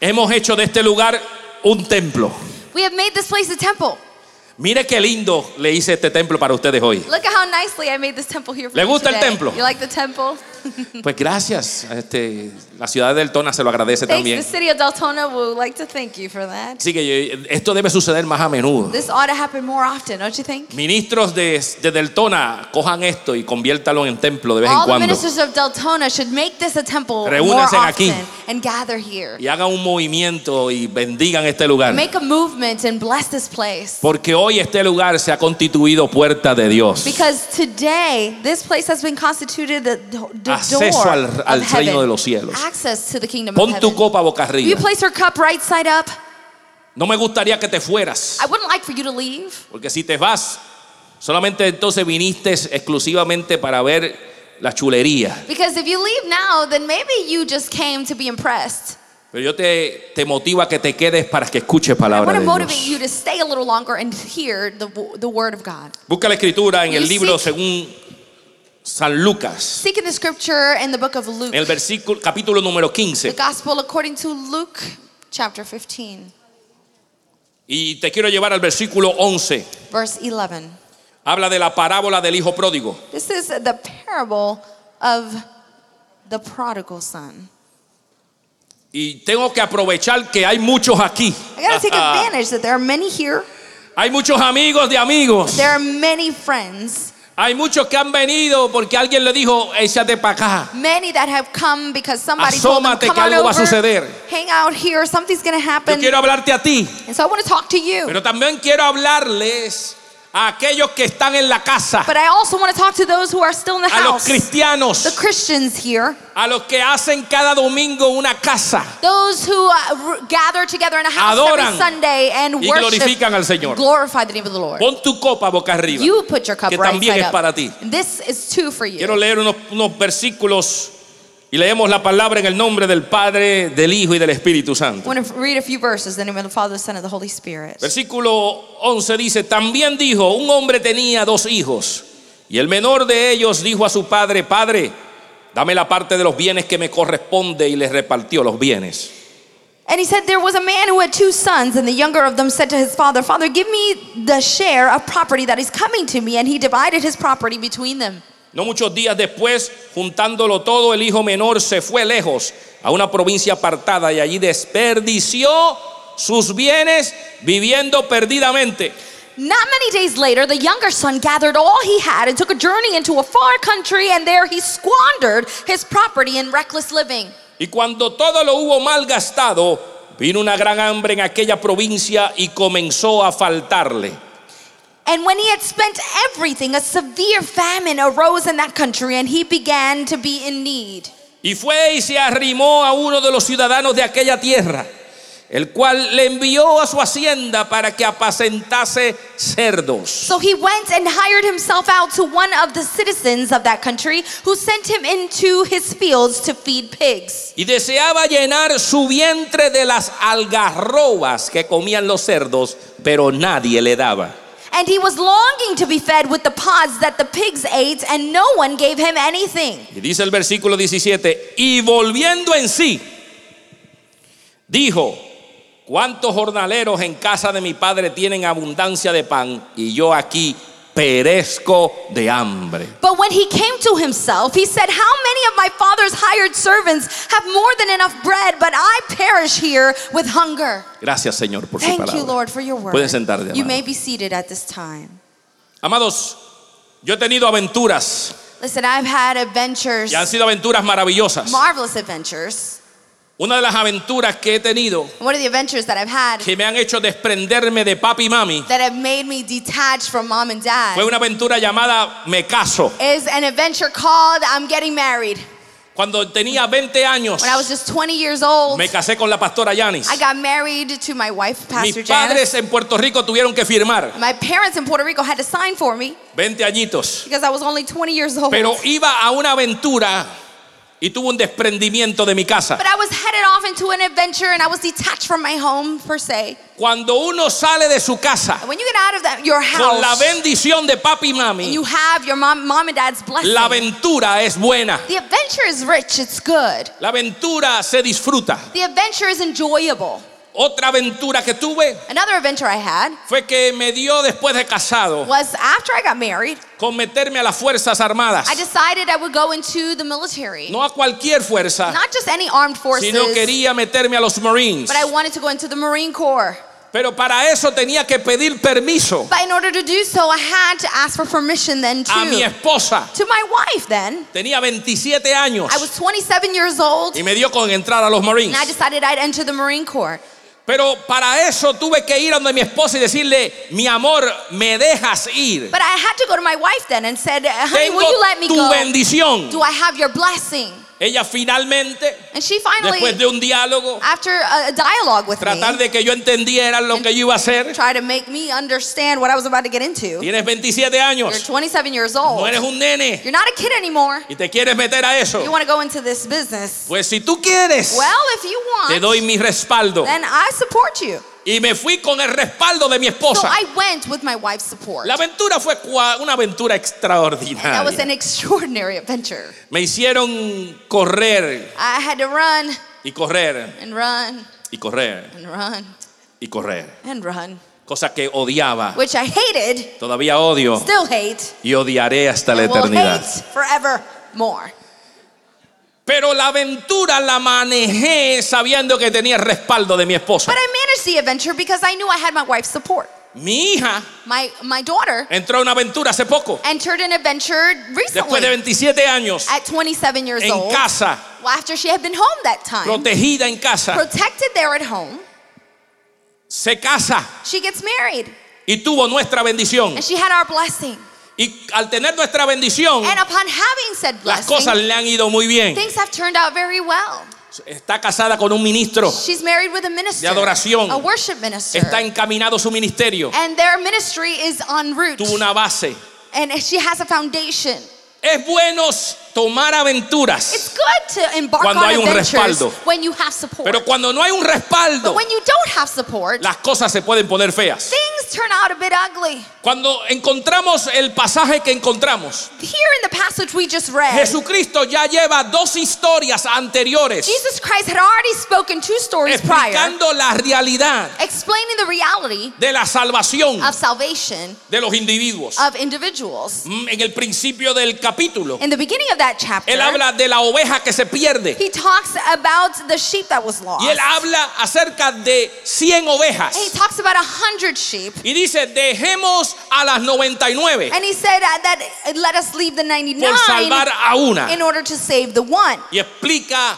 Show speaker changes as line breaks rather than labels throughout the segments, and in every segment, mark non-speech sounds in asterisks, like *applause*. Hemos hecho de este lugar un templo.
We have made this place a temple.
Mire qué lindo le hice este templo para ustedes hoy.
Look at how nicely I made this temple here for
¿Le
you
gusta el
today.
templo?
You like the temple?
Pues gracias. Este, la ciudad de Eltona se lo agradece
Thanks. The
también.
city of Deltona would like to thank you for that.
Así que eh, esto debe suceder más a menudo.
This ought to happen more often, don't you think?
Ministros de, de Deltona, cojan esto y conviértalo en templo de vez en
All the
cuando.
ministers of Deltona should make this a temple more
Reúnanse aquí.
often and gather here.
Y hagan un movimiento y bendigan este lugar.
Make a movement and bless this place.
Porque hoy este lugar se ha constituido puerta de Dios.
Because today, this place has been constituted the, the
Acceso
door
al-
of
al
heaven.
reino de los cielos.
Access to the kingdom of
Pon
heaven.
tu copa boca
Will you
arriba.
place your cup right side up?
No me gustaría que te fueras.
I wouldn't like for you to leave.
Porque si te vas, solamente entonces viniste exclusivamente para ver la chulería.
Because if you leave now, then maybe you just came to be impressed.
Pero yo te, te motivo a que te quedes para que escuches
I want
palabra
to
de
motivate
Dios.
you to stay a little longer and hear the, wo- the word of God.
Busca la escritura en
You
el libro
seek-
según San Lucas,
Seek in the scripture in the book of Luke,
en el versículo, capítulo número
the
15.
gospel according to Luke chapter 15,
Y te quiero llevar al versículo 11.
verse 11.
Habla de la parábola del hijo pródigo.
This is the parable of the prodigal son.
Y tengo que aprovechar que hay muchos aquí.
I
*laughs*
gotta take advantage that there are many here.
Hay muchos amigos de amigos.
There are many friends,
Hay muchos que han venido porque alguien le dijo, échate para acá.
many that have come because somebody told them,
Asómate,
come
que
on
algo va a
over,
suceder."
hang out here, something's gonna
Yo
happen.
quiero hablarte a ti,
And so I want to talk to you.
pero también quiero hablarles a aquellos que están en la casa,
But I also want to talk to those who are still in the
a los
house. The
cristianos,
Christians here,
a los que hacen cada domingo una casa
those who uh, r- gather together in a house
Adoran
every Sunday and
y
worship,
glorifican al Señor.
glorify the name of the Lord.
Pon tu copa boca arriba.
You put your cup
que
right
también
side
es
up.
para ti.
This is two for you.
Quiero leer unos, unos versículos y leemos la palabra en el nombre del Padre, del Hijo y del Espíritu
I
Santo.
want to read a few verses, then I'm going to follow the Son of the Holy Spirit.
Versículo 11 dice, también dijo, un hombre tenía dos hijos, y el menor de ellos dijo a su padre, Padre, dame la parte de los bienes que me corresponde, y le repartió los bienes.
And he said, There was a man who had two sons, and the younger of them said to his father, Father, give me the share of property that is coming to me. And he divided his property between them.
No muchos días después, juntándolo todo, el hijo menor se fue lejos a una provincia apartada y allí desperdició sus bienes viviendo perdidamente.
Not many days later, the younger son gathered all he had and took a journey into a far country, and there he squandered his property in reckless living.
Y cuando todo lo hubo malgastado, vino una gran hambre en aquella provincia y comenzó a faltarle.
And when he had spent everything, a severe famine arose in that country, and he began to be in need.
Y fue y se arrimó a uno de los ciudadanos de aquella tierra, el cual le envió a su hacienda para que apacentase cerdos.
So he went and hired himself out to one of the citizens of that country, who sent him into his fields to feed pigs.
Y deseaba llenar su vientre de las algarrobas que comían los cerdos, pero nadie le daba.
And he was longing to be fed with the pods that the pigs ate, and no one gave him anything.
Y dice el versículo 17, y volviendo en sí, dijo, ¿cuántos jornaleros en casa de mi padre tienen abundancia de pan y yo aquí perezco de hambre?
But when he came to himself, he said, How many of my father's hired servants have more than enough bread, but I perish here with hunger?
Gracias Señor por su
Thank you,
palabra.
Lord, for your word.
Pueden sentarse, amado.
You may be seated at this time.
Amados, yo he tenido aventuras
Listen, I've had adventures,
y han sido aventuras maravillosas.
marvelous adventures.
Una de las aventuras que he tenido
One of the adventures that I've had
que me han hecho desprenderme de papi y mami
that have made me detached from mom and dad
fue una aventura llamada Me caso.
is an adventure called I'm Getting Married.
Cuando tenía 20 años
When I was just 20 years old,
me casé con la pastora Yanis.
I got married to my wife, Pastor
Mis
Janice.
padres en Puerto Rico tuvieron que firmar
My parents in Puerto Rico had to sign for me
20 añitos.
because I was only 20 years old.
Pero iba a una aventura y tuve un desprendimiento de mi casa.
But I was headed off into an adventure and I was detached from my home, per se.
Cuando uno sale de su casa
And when you get out of that, your
con la
house
bendición de papi y
and
mami,
you have your mom, mom and dad's blessing,
la aventura es buena.
the adventure is rich, it's good.
La aventura se disfruta.
The adventure is enjoyable.
Otra aventura que tuve
Another adventure I had
fue que me dio después de casado
was after I got married,
con meterme a las Fuerzas Armadas.
I decided I would go into the military.
No a cualquier fuerza,
Not just any armed forces,
sino quería meterme a los Marines.
but I wanted to go into the Marine Corps.
Pero para eso tenía que pedir permiso
But in order to do so, I had to ask for permission then
a mi
too.
esposa.
To my wife then.
Tenía 27 años
I was 27 years old
y me dio con entrar a los
and I
Marines.
decided I'd enter the Marine Corps.
Pero para eso tuve que ir a donde mi esposa y decirle, mi amor, me dejas ir.
But I had to go to my wife then and said, honey,
Tengo
will you let me
tu
go?
bendición.
Do I have your blessing?
Ella finalmente,
And she finally,
después de un diálogo,
after a, a dialogue with
tratar
me,
de que yo entendiera lo que yo iba a hacer.
tried to make me understand what I was about to get into.
Tienes 27
You're
años,
27 years
no
old.
eres un nene
You're not a kid anymore.
y te quieres meter a
You
eso.
want to go into this business.
Pues si tú quieres,
Well, if you
te
want,
doy mi respaldo.
then I support you.
Y me fui con el respaldo de mi
So
esposa.
I went with my wife's support.
La aventura fue cua- una aventura
That was
extraordinaria.
an extraordinary adventure.
Me hicieron correr
I had to run
y correr
and run
y correr
and run
y correr.
and run,
Cosa que odiaba,
which I hated,
todavía odio
still hate,
y odiaré hasta la
and will
eternidad.
hate forever more.
Pero la aventura la manejé sabiendo que tenía el respaldo de mi esposa.
But I managed the adventure because I knew I had my wife's support.
Mi hija
My my daughter
entró a una aventura hace poco,
entered an adventure
después de
recently
27 años,
at 27 years
en
old.
casa,
Well, after she had been home that time,
protegida en casa,
protected there at home,
se casa
she gets married
y tuvo nuestra bendición.
and she had our blessing.
Y al tener nuestra bendición,
And upon having said
las
blessing,
cosas le han ido muy bien.
things have turned out very well.
Está casada con un ministro,
She's married with a minister,
De adoración.
a worship minister,
está encaminado su ministerio,
and their ministry is en route.
tuvo una base.
And she has a foundation.
Es bueno tomar aventuras,
It's good to embark
Cuando
on
hay un
adventures
respaldo.
when you have support.
pero cuando no hay un respaldo,
but when you don't have support,
las cosas se pueden poner feas.
things turn out a bit ugly.
Cuando encontramos el pasaje que encontramos,
Here in the passage we just read,
Jesucristo ya lleva dos historias anteriores
Jesus Christ had already spoken two stories prior,
explicando la realidad
explaining the reality
de la salvación
of salvation
de los individuos.
of individuals.
Mm, En el principio del capítulo,
In the beginning of that chapter,
él habla de la oveja que se pierde
he talks about the sheep that was lost.
y él habla acerca de 100 ovejas
And he talks about a hundred sheep.
y dice, dejemos a las 99
And he said uh, that uh, let us leave the 99
por salvar a una
in order to save the one.
y explica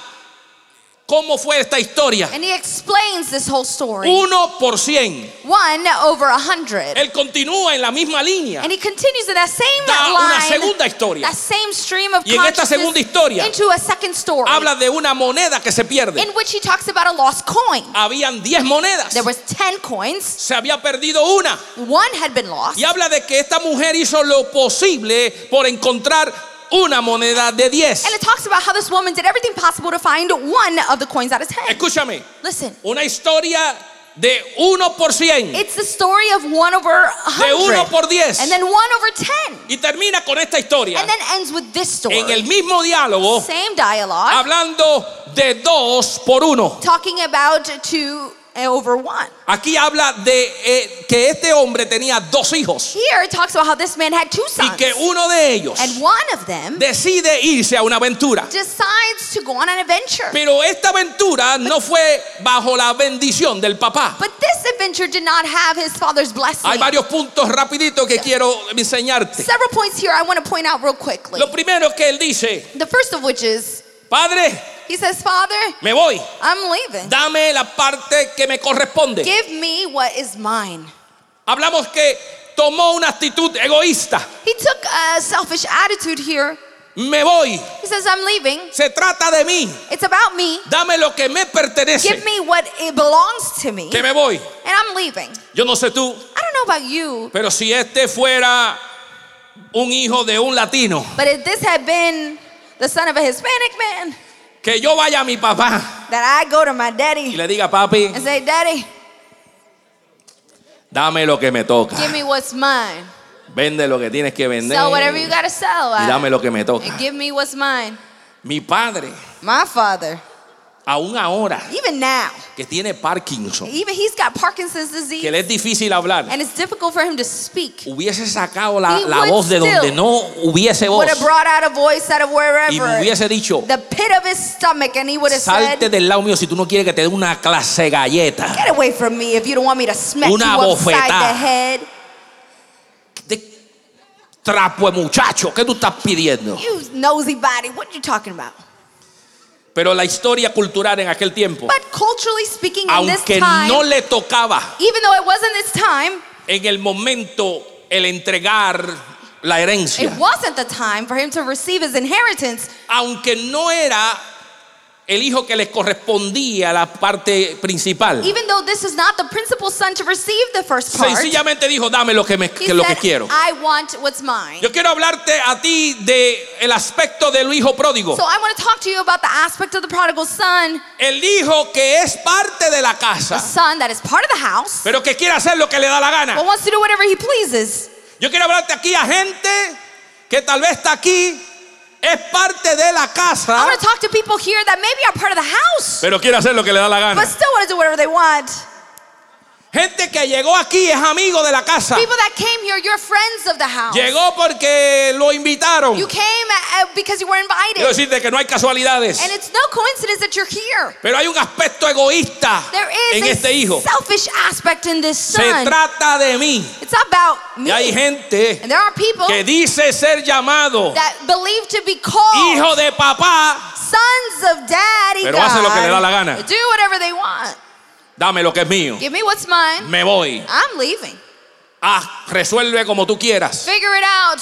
cómo fue esta historia.
And he explains this whole story.
Uno por 100.
One over a hundred.
Él continúa en la misma línea.
And he continues in that same
Da una
line,
segunda historia.
that same stream of
Y en esta segunda
consciousness
historia
into a second story
Habla de una moneda que se
in
pierde.
which he talks about a lost coin.
Habían 10 monedas.
There was 10 coins.
Se había perdido una.
One had been lost.
Y habla de que esta mujer hizo lo posible por encontrar una moneda de 10.
And it talks about how this woman did everything possible to find one of the coins out of 10.
Escúchame,
Listen,
una historia de 1 por 100,
it's the story of one over a
de 1
hundred.
por 10.
And then one over 10.
Y termina con esta historia.
And then ends with this story.
En el mismo diálogo,
Same dialogue,
hablando de 2 por 1.
talking about two over one.
Aquí habla de eh, que este hombre tenía dos hijos
Here it talks about how this man had two
y
sons,
que uno de ellos
and one of them
decide irse a una aventura.
decides to go on an adventure.
Pero esta aventura no fue bajo la bendición del papá.
But this adventure did not have his father's blessing.
Hay varios puntos rapiditos que quiero enseñarte.
Several points here I want to point out real quickly.
Lo primero que él dice,
The first of which is
Padre,
he says, Father,
me voy,
I'm leaving.
dame la parte que me corresponde.
Give me what is mine.
Hablamos que tomó una actitud egoísta.
He took a selfish attitude here.
Me voy,
He says, I'm leaving.
se trata de mí,
It's about me.
dame lo que me
Give
pertenece,
me what it belongs to me.
que me voy.
and I'm leaving.
Yo no sé tú,
I don't know about you,
pero si este fuera un hijo de un latino,
but if this had been the son of a Hispanic man,
Que yo vaya a mi papá
that I go to my
y
daddy
le diga, papi,
and say, Daddy,
dame lo que me toca.
give me what's mine.
Vende lo que tienes que vender.
Sell whatever you gotta sell.
Y
I-
dame lo que me toca.
and give me what's mine.
Mi padre,
My father,
aún ahora,
even now,
que tiene Parkinson,
even he's got Parkinson's
que
disease,
le es difícil hablar,
and it's difficult for him to speak.
hubiese sacado la,
He
la
would
voz de
still-
donde no hubiese voz
Would have brought out a voice out of
y
wherever,
me hubiese dicho,
the pit of his stomach, and he would have said,
salte del lado mío si tú no quieres que te dé una clase galleta.
Get away from me if you don't want me to smack
Una
you upside
bofetada.
the head.
De- Este trapo de muchacho, ¿qué tú estás pidiendo?
You nosy body, what you talking about?
Pero la historia cultural en aquel tiempo,
But culturally speaking, in this
aunque
time,
no le tocaba
even though it wasn't this time,
en el momento el entregar la herencia,
it wasn't the time for him to receive his inheritance,
aunque no era el hijo que les correspondía la parte principal,
even though this is not the principal son to receive the first part.
sencillamente dijo, dame lo que, me,
he
que lo que
said,
quiero.
I want what's mine.
Yo quiero hablarte a ti de el aspecto del hijo pródigo.
So I want to talk to you about the aspect of the prodigal son,
El hijo que es parte de la
the
casa,
son that is part of the house,
pero que quiere hacer lo que le da la
but
gana.
wants to do whatever he pleases.
Yo quiero hablarte aquí a gente que tal vez está aquí, es parte de la
I
casa,
want to talk to people here that maybe are part of the house,
pero quiere hacer lo que le da la
but
gana.
still want to do whatever they want.
Gente que llegó aquí es amigo de la casa.
People that came here, you're friends of the house.
Llegó porque lo invitaron.
You came uh, because you were
Quiero
invited.
decirte que no hay casualidades,
And it's no coincidence that you're here.
pero hay un aspecto egoísta
There
en
is
este
a
hijo.
selfish aspect in this
Se
son.
trata de mí.
It's about
Y hay
me.
gente
And there are people
que dice ser llamado
that believe to be called
hijo de papá.
sons of daddy
Pero hace lo que le da la
God.
gana.
Do whatever they want.
Dame lo que es mío.
Give me what's mine.
Me voy.
I'm leaving.
Ah, resuelve como tú quieras,
Figure it out.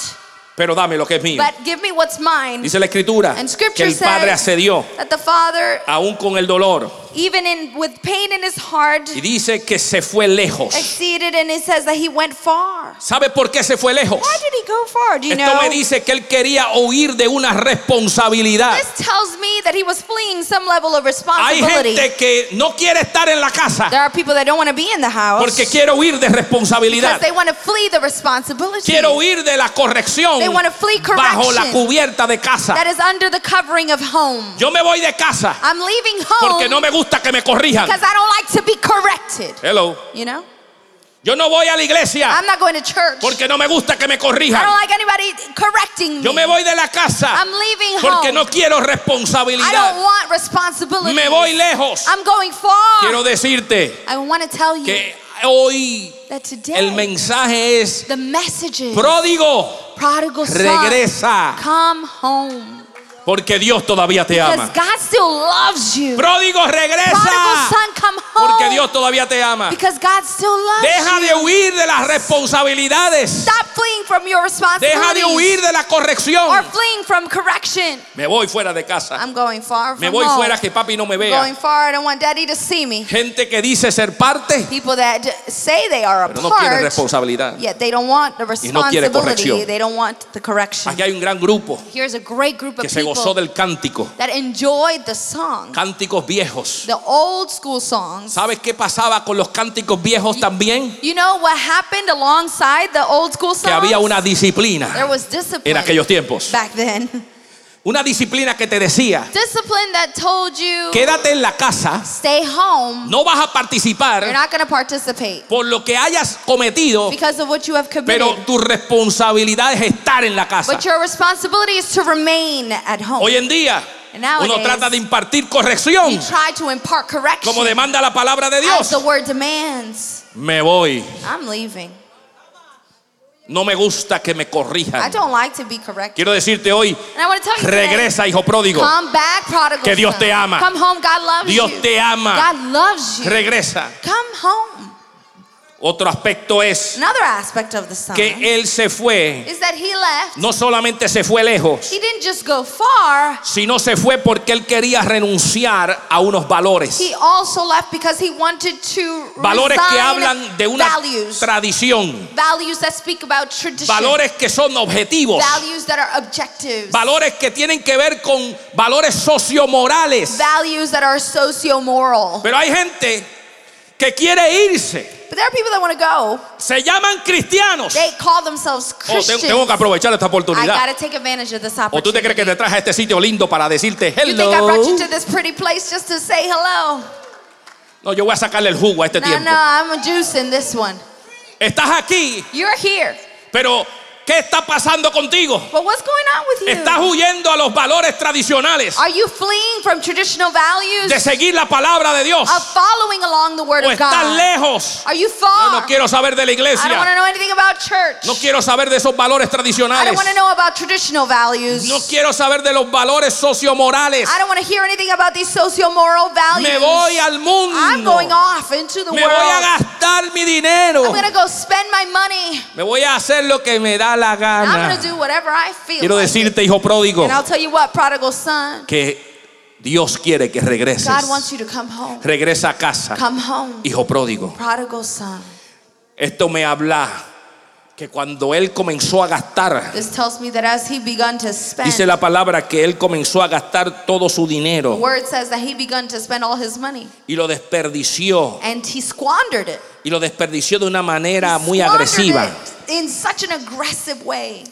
pero dame lo que es mío.
But give me what's mine.
Dice la escritura
And
que
scripture
el padre
says-
accedió
That the father,
aún con el dolor
even in with pain in his heart,
y dice que se fue lejos.
acceded and it says that he went far.
¿Sabe por qué se fue lejos?
Why did he go far? Do you
Esto
know?
me dice que él quería huir de una responsabilidad.
This tells me that he was fleeing some level of
Hay
responsibility.
gente que no quiere estar en la casa
There are people that don't want to be in the house
porque quiere huir de
because
responsabilidad.
they want to flee the responsibility
Quiero huir de la corrección
They wanna flee
bajo la
correction.
cubierta de casa.
that is under the covering of home.
Yo me voy de casa
I'm leaving
porque
home
no me gusta que me corrijan.
because I don't like to be corrected.
Hello.
You know,
Yo no voy a la iglesia
I'm not going to church.
porque no me gusta que me
I don't
corrijan.
like anybody correcting
Yo
me.
me voy de la casa
I'm leaving
porque
home.
no quiero
I don't
responsabilidad.
want responsibility.
Me voy lejos.
I'm going far.
Quiero decirte
I want to tell you
que hoy
that today
el mensaje es
the message is
pródigo,
prodigal son,
regresa
come home.
porque Dios todavía te
Because
ama.
God still loves you.
Pródigo,
Prodigal
regresa
son, come
porque
home.
Dios todavía te ama.
Because God still loves
Deja
you.
de huir de las responsabilidades.
Stop fleeing from your responsibilities
Deja de huir de la
or
corrección.
fleeing from correction.
Me voy fuera de casa.
I'm going far from
Me voy
home.
fuera que papi no me
I'm
vea.
going far. I don't want daddy to see me.
Gente que dice ser parte,
People that d- say they are a
pero no quiere
part,
responsabilidad.
yet they don't want the
no quiere
responsibility.
corrección.
They don't want the correction.
Aquí hay un gran grupo
Here's a great group of
que se
people
gozó del cántico,
that enjoyed the song,
cánticos viejos.
the old school songs.
¿Sabes qué pasaba con los cánticos viejos también?
You know what happened alongside the old school
Que
songs?
había una
There
disciplina
was discipline
en aquellos tiempos.
back then. *laughs*
Una disciplina que te decía,
Discipline that told you
quédate en la casa,
stay home.
no vas a
You're
participar
not going to participate
por lo que hayas cometido,
because of what you have
pero
committed.
tu responsabilidad es estar en la casa.
But your responsibility is to remain at home.
Hoy en día
And nowadays,
uno trata de impartir
You
corrección
try to impart correction
como demanda la palabra de
as
Dios.
the word demands.
Me voy.
I'm leaving.
No me gusta que me
I
corrijan.
don't like to be corrected.
Quiero decirte hoy,
And I want to tell you today,
regresa hijo pródigo.
come back, prodigal
Que Dios
son.
te ama.
Come home. God loves
Dios
you.
te ama.
God loves you.
Regresa.
Come home.
Otro aspecto es
Another aspect of the son
que él se fue,
is that he left.
no solamente se fue lejos,
He didn't just go far,
sino se fue porque él quería renunciar a unos valores.
he also left because he wanted to
Valores que
resign
hablan de una
values.
tradición.
values that speak about tradition.
Valores que son objetivos.
values that are objectives.
Valores que tienen que ver con valores sociomorales.
values that are socio-moral.
Pero hay gente que quiere irse.
But there are people that want to go.
Se llaman cristianos.
They call themselves
Oh, te-
Christians.
tengo que aprovechar esta
I
oportunidad.
gotta take advantage of this
¿O tú te
opportunity.
crees que te traje a este sitio lindo para decirte
you think I brought you
hello?
to this pretty place just to say hello?
No, yo voy a sacarle el jugo a este
No,
tiempo.
no, I'm a juice in this one.
Estás aquí,
You're here,
pero ¿qué está pasando contigo?
but what's going on with you?
Estás huyendo a los valores tradicionales
Are you fleeing from traditional values
de seguir la palabra de Dios.
of following along the word
O
of
estás
God?
Oh, lejos.
Are you
Yo
far?
no quiero saber de la
I don't want
iglesia.
to know anything about church.
No quiero saber de esos valores
I don't
tradicionales.
want to know about traditional values.
No quiero saber de los valores sociomorales.
I don't want to hear anything about these socio-moral values.
Me voy al
I'm
mundo.
going off into the
Me voy a
world.
gastar mi dinero.
I'm going to go spend my money.
Me voy a hacer lo que me da la
I'm
gana.
going to do whatever I feel.
Quiero
like.
decirte, hijo pródigo,
And I'll tell you what, prodigal son,
que Dios quiere que regreses.
God wants you to come home.
Regresa a casa,
Come home.
hijo pródigo.
Prodigal son.
Esto me habla que cuando él comenzó a gastar,
This tells me that as he begun to spend,
dice la palabra que él comenzó a gastar todo su
the
dinero
word says that he begun to spend all his money
y lo desperdició.
and he squandered it.
Y lo desperdició de una manera
He
muy
squandered
agresiva.
it In such an aggressive way.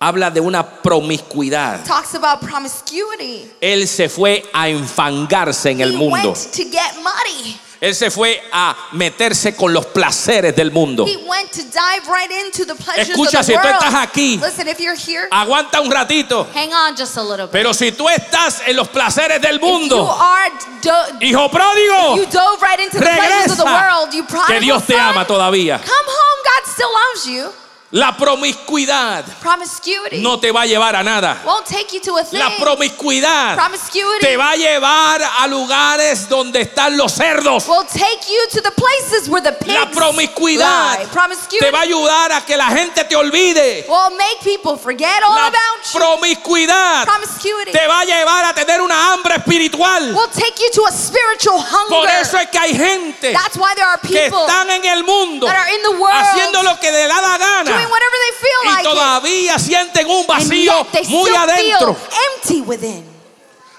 Habla de una promiscuidad.
Talks about promiscuity.
Él se fue a enfangarse en el
he
mundo.
went to get muddy.
Él se fue a meterse con los placeres del mundo.
He went to dive right into the pleasures
Escucha,
of
si
the
tú
world.
estás aquí,
Listen, if you're here,
aguanta un ratito.
hang on just a little bit.
Pero si tú estás en los placeres del
If you
mundo,
are do-
hijo pródigo,
you dove right into the pleasures of the
Regresa.
world, you prodigal
que Dios te
son,
ama todavía.
Come home, God still loves you.
La promiscuidad
Promiscuity
no te va a llevar a nada.
won't take you to a thing.
La promiscuidad te
promiscuity
va a llevar a lugares donde están los cerdos.
will take you to the places where the pigs
La promiscuidad
lie.
te
Promiscuity
va a ayudar a que la gente te olvide.
will make people forget all
La
about you.
promiscuidad
Promiscuity
te va a llevar a tener una hambre espiritual.
will take you to a spiritual hunger.
Por eso es que hay gente
That's why there are
que
people
están en el mundo
that are in the world
haciendo lo que le da la
doing
gana
whatever they feel
y
like it.
todavía sienten un
And
vacío
yet they
muy
still
adentro.
feel empty within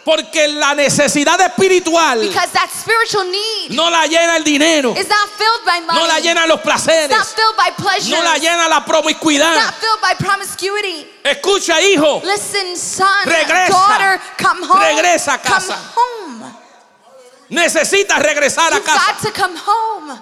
Porque la necesidad espiritual
because that spiritual need
no la llena el dinero,
is not filled by money.
no la llenan los
It's not
placeres,
filled by pleasure.
no la llena la
It's
promiscuidad.
not filled by promiscuity.
Escucha, hijo,
Listen, son,
Regresa.
daughter, come home.
Regresa a
Come
casa.
home.
necesitas regresar a
You've
casa.
got to come home.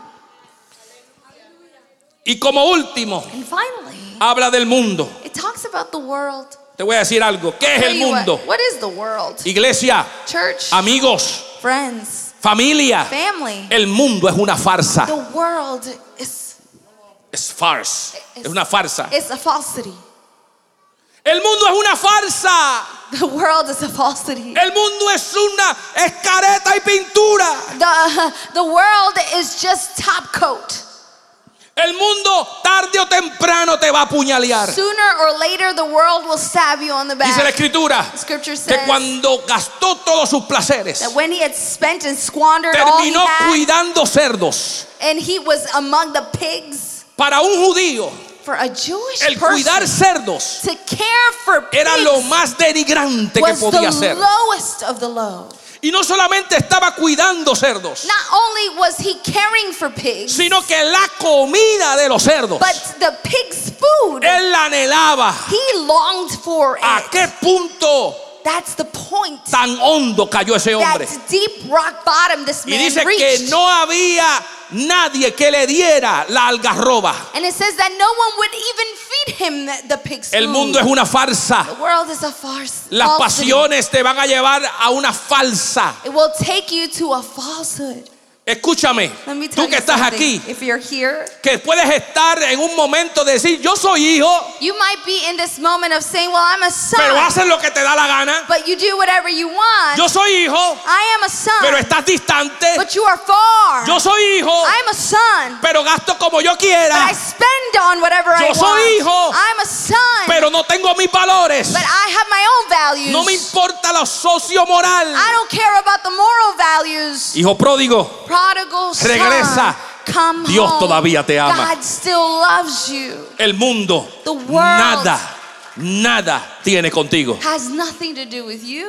Y como último,
And finally,
habla del mundo.
it talks about the world.
Te voy a decir algo. ¿Qué es
Tell
el
you
mundo?
What, what is the world?
Iglesia,
Church,
amigos,
friends,
familia.
family.
El mundo es una farsa.
The world is
Es farce. Es una farsa.
it's a falsity.
El mundo es una farsa.
The world is a falsity.
El mundo es una escareta y pintura.
The, the world is just top coat.
El mundo tarde o temprano te va a apuñalear.
Sooner or later, the world will stab you on the
Dice la
back.
escritura
Scripture says
que cuando gastó todos sus placeres,
that when he had spent and squandered all he
terminó
had,
cuidando cerdos.
and he was among the pigs,
Para un judío,
for a Jewish
el cuidar
person
cerdos
to care for pigs
era lo más denigrante que
was
podía
the
ser.
lowest of the low.
Y no solamente estaba cuidando cerdos,
Not only was he caring for pigs,
sino que la comida de los cerdos,
but the pig's food
él la anhelaba.
he longed for.
¿A
It.
qué punto
That's the point.
tan hondo cayó ese hombre?
That deep rock bottom this
Y
man
dice que
reached.
no había nadie que le diera la algarroba.
And it says that no one would even feed him the- the pig's
El
food.
mundo es una farsa.
the world is a farce.
Las
falsity.
pasiones te van a llevar a una falsa.
It will take you to a falsehood.
Escúchame,
Let me tell
tú que
you
estás
something.
aquí,
If you're here,
que puedes estar en un momento de decir, yo soy hijo,
you might be in this moment of saying, Well, I'm a son.
pero haces lo que te da la gana.
But you do whatever you want.
Yo soy hijo,
I am a son.
pero estás distante.
but you are far.
Yo soy hijo,
I'm a son.
pero gasto como yo
But I
quiera,
spend on whatever I
Yo
want.
soy hijo.
I'm a son.
pero no tengo mis valores.
but I have my own values.
No me importa lo sociomoral.
I don't care about the moral values.
Hijo pródigo,
Prodigal
Regresa.
son. Come
Dios
home.
todavía te ama.
God still loves you.
el mundo,
The world.
nada, nada tiene contigo.
Has nothing to do with you.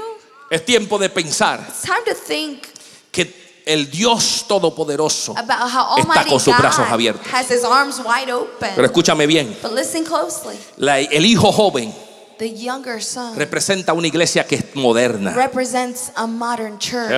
Es tiempo de pensar
It's time to think
que el Dios Todopoderoso
about how
está
Almighty
con sus brazos
God
abiertos.
has his arms wide open.
Pero escúchame bien,
but listen closely.
la- el hijo joven
The younger son
representa una iglesia que es moderna.
represents a modern church.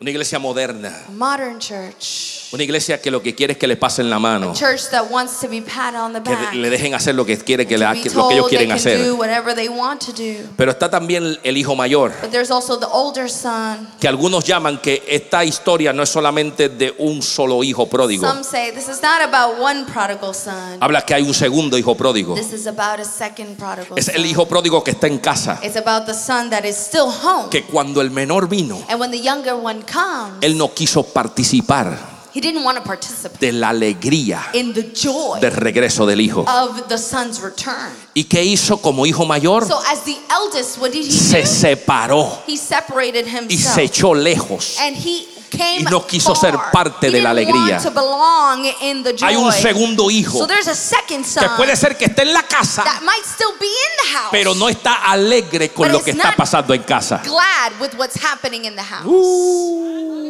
Una iglesia moderna.
A modern church.
Una iglesia que lo que quiere es que le pasen la mano.
Church that wants to be pat on the
Que
back.
le dejen hacer lo que quiere que,
to
la-
be
lo que ellos
told they
quieren
can
hacer.
do whatever they want to do.
Pero está también el hijo mayor.
But there's also the older son.
que algunos llaman que esta historia no es solamente de un solo hijo pródigo.
Some say this is not about one prodigal son.
Habla que hay un segundo hijo pródigo.
This is about a second prodigal
Es el
son.
hijo pródigo que está en casa,
It's about the son that is still home.
que cuando el menor vino,
And when the younger one comes,
él no quiso participar
he didn't want to participate
de la alegría
in the joy
del regreso del hijo.
of the son's return.
¿Y qué hizo como hijo mayor?
So as the eldest, what did he
Se
do?
separó
He separated
y se
himself.
echó lejos.
And he came
Y no quiso ser
far.
parte
He
de la
didn't
alegría.
want to belong in the joy.
Hay un segundo hijo
So there's a second son
que puede ser que esté en la casa,
that might still be in the house.
pero no está alegre con
But
lo
it's
que está
not-
pasando en casa.
glad with what's happening in the house.
Uh.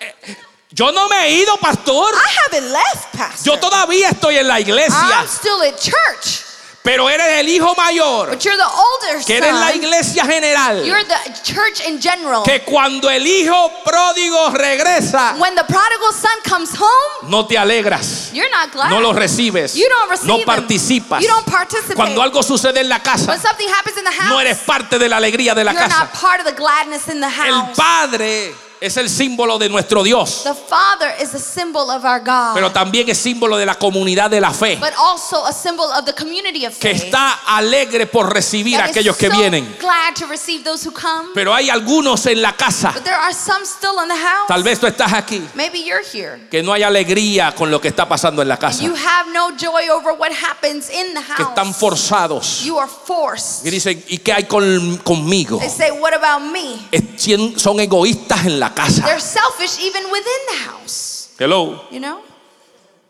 Eh, Yo no me he ido, pastor.
I haven't left, Pastor.
Yo todavía estoy en la iglesia.
I'm still at church,
Pero eres el hijo mayor,
but you're the older
que
son.
eres la iglesia general.
You're the church in general.
Que cuando el hijo pródigo regresa,
When the prodigal son comes home,
no te alegras.
you're not glad.
No lo recibes.
You don't receive
No
him.
participas.
You don't participate.
Cuando algo sucede en la
When
casa,
something happens in the house,
no eres parte de la alegría de la
you're not
casa.
part of the gladness in the
El
house.
padre es el símbolo de nuestro Dios,
the father is a symbol of our God,
pero también es símbolo de la comunidad de la fe.
but also a symbol of the community of
que
faith.
está alegre por recibir a
that is
aquellos que
so
vienen.
glad to receive those who come.
Pero hay algunos en la casa,
But there are some still in the house.
tal vez tú estás aquí,
Maybe you're here.
que no hay alegría con lo que está pasando en la casa,
You have no joy over what happens in the
que están
house.
forzados.
You are forced.
Y dicen, ¿y qué hay con- conmigo?
They say, What about me?
Es- sien- Son egoístas en la casa.
They're selfish even within the house.
Hello.
You know?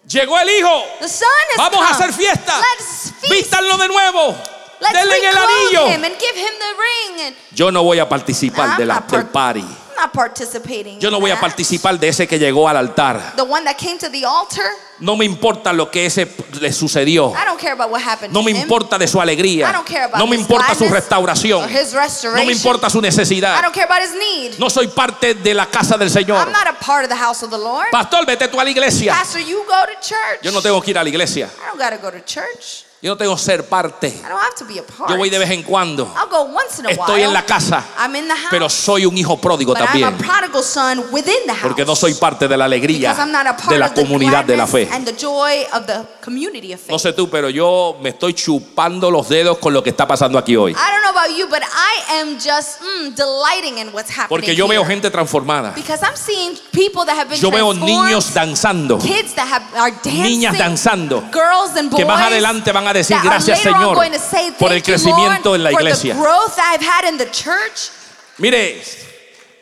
Llegó el hijo.
The son is
Vamos a hacer fiesta.
Let's feast.
Vístanlo de nuevo.
Let's
Denle el
reclothe him Ah,
anillo.
and give him the ring. And
Yo no voy a participar
I'm
de la,
not
del
part-
party.
I'm not participating.
Yo no
in
voy a
that.
participar de ese que llegó al altar.
The one that came to the altar,
No me importa lo que ese le sucedió.
I don't care about what happened
No
to
me
him.
importa de su
I
alegría.
don't care about
No me
his
importa su
gladness
restauración.
or his
No
restoration.
me importa su
I
necesidad.
don't care about his need.
No soy parte de la casa del Señor.
I'm not a part of the house of the Lord.
Pastor, vete tú a la iglesia.
Pastor, you go to church.
Yo no tengo que ir a la iglesia.
I don't gotta go to church.
Yo no tengo que ser parte.
I don't have to be a part.
Yo voy de vez en cuando.
I'll go once in a while.
Estoy en la casa,
I'm in the house.
pero soy un hijo pródigo
but I'm
también.
a prodigal son within the house.
Porque no soy parte de la alegría
because I'm not a part
de la
of the
comunidad de la
gladness
fe.
and the joy of the community of faith.
No sé tú, pero yo me estoy chupando los dedos con lo que está pasando aquí hoy.
I don't know about you, but I am just mm, delighting in what's happening
Porque yo
here.
veo gente transformada.
because I'm seeing people that have been
Yo veo
transformed,
niños danzando.
kids that have, are dancing,
niñas danzando
girls and boys
que más adelante van a decir
that are
gracias
later on
Señor
going to say,
por el
"Thank you, Lord,
crecimiento en la
for the
iglesia.
growth I've had in the church.
Mire,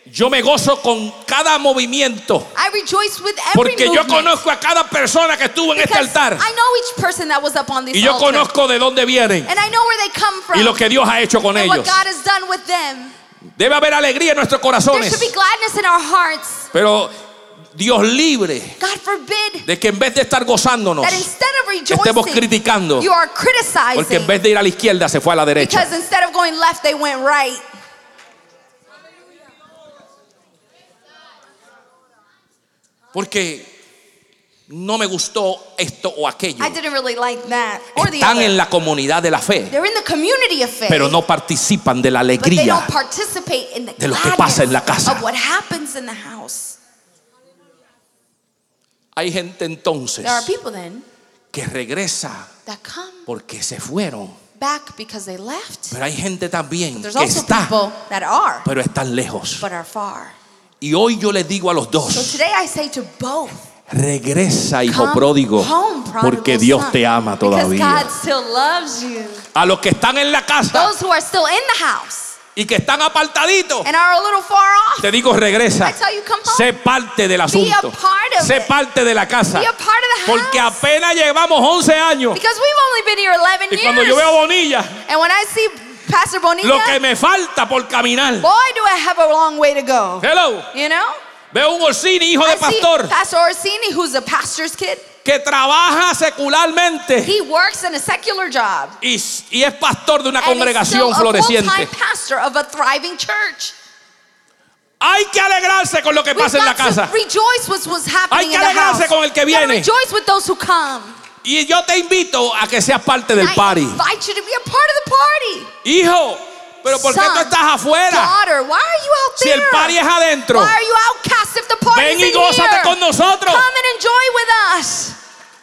yo me gozo con cada movimiento
I rejoice with every
porque yo
movement.
conozco a cada persona que estuvo en este
Because
altar
I know each person that was up on this
y yo
altar.
conozco de dónde vienen
and I know where they come from
y lo que Dios ha hecho con
and
ellos.
what God has done with them.
Debe haber alegría en nuestros
There should be
corazones,
gladness in our hearts.
pero Dios libre
God forbid
de que en vez de estar gozándonos,
that instead of
estemos
rejoicing,
criticando,
you are
porque en
criticizing.
vez de ir a la izquierda se fue a la derecha.
Because instead of going left, they went right.
Porque no me gustó esto o aquello.
I didn't really like that or the
Están
other.
en la comunidad de la fe,
They're in the community of faith,
pero no participan de la
but they
alegría.
don't participate in the
de lo que pasa en la
gladness
casa.
of what happens in the house.
Hay gente entonces
There are people then
que regresa
that come
porque se fueron,
back because they left.
pero hay gente también
There's
que
also
está,
people that are
pero están lejos.
but are far.
Y hoy yo le digo a los
So
dos,
today I say to both,
regresa hijo
come
pródigo,
home, prodigal
porque Dios
son,
te ama
Because God
todavía.
still loves you.
A los que están en la casa
Those who are still in the house
y que están apartaditos,
and are a little far off,
te digo regresa,
I tell you, come home.
sé parte del asunto,
part of
sé
it.
parte de la casa,
be a part of the
porque
house.
apenas llevamos 11 años
Because we've only been here 11
y
years.
cuando yo veo a Bonilla,
and when I see Pastor Bonita,
lo que me falta por caminar.
boy, do I have a long way to go.
Hello.
You know?
Veo un Orsini, hijo de
I see
pastor,
Pastor Orsini, who's a pastor's kid,
que trabaja secularmente
he works in a secular job.
y, s- y es pastor de una
and he's still
congregación
a full-time
floreciente.
pastor of a thriving church.
Hay que alegrarse con lo que
We've
pasa en la
got to
casa.
rejoice with what's happening
Hay que
in the house.
alegrarse con el que
We gotta
viene.
rejoice with those who come.
Y yo te invito a que seas parte
And
del
I
party.
invite you to be a part of the party.
Hijo, pero ¿por qué
Son,
tú estás afuera?
Daughter, why are you out
Si
there?
el party es adentro,
Why are you outcast if the party's
ven y
in
gózate
here?
con nosotros.
Come and enjoy with us.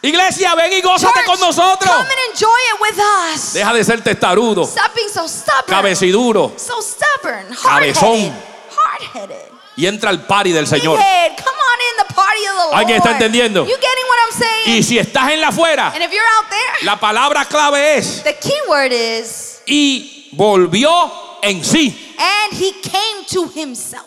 Iglesia, ven y gózate
Church,
con nosotros.
Come and enjoy it with us.
Deja de ser testarudo,
Stop being so stubborn.
cabeciduro
So stubborn.
Cabezón.
Hard-headed. Hard-headed.
y entra al party del Señor.
Big-head, Come on in the party of the
¿Alguien está
Lord.
entendiendo?
You getting what I'm saying?
Y si estás en la afuera,
And if you're out there,
la palabra clave es
the key word is,
y volvió en sí.
and he came to himself.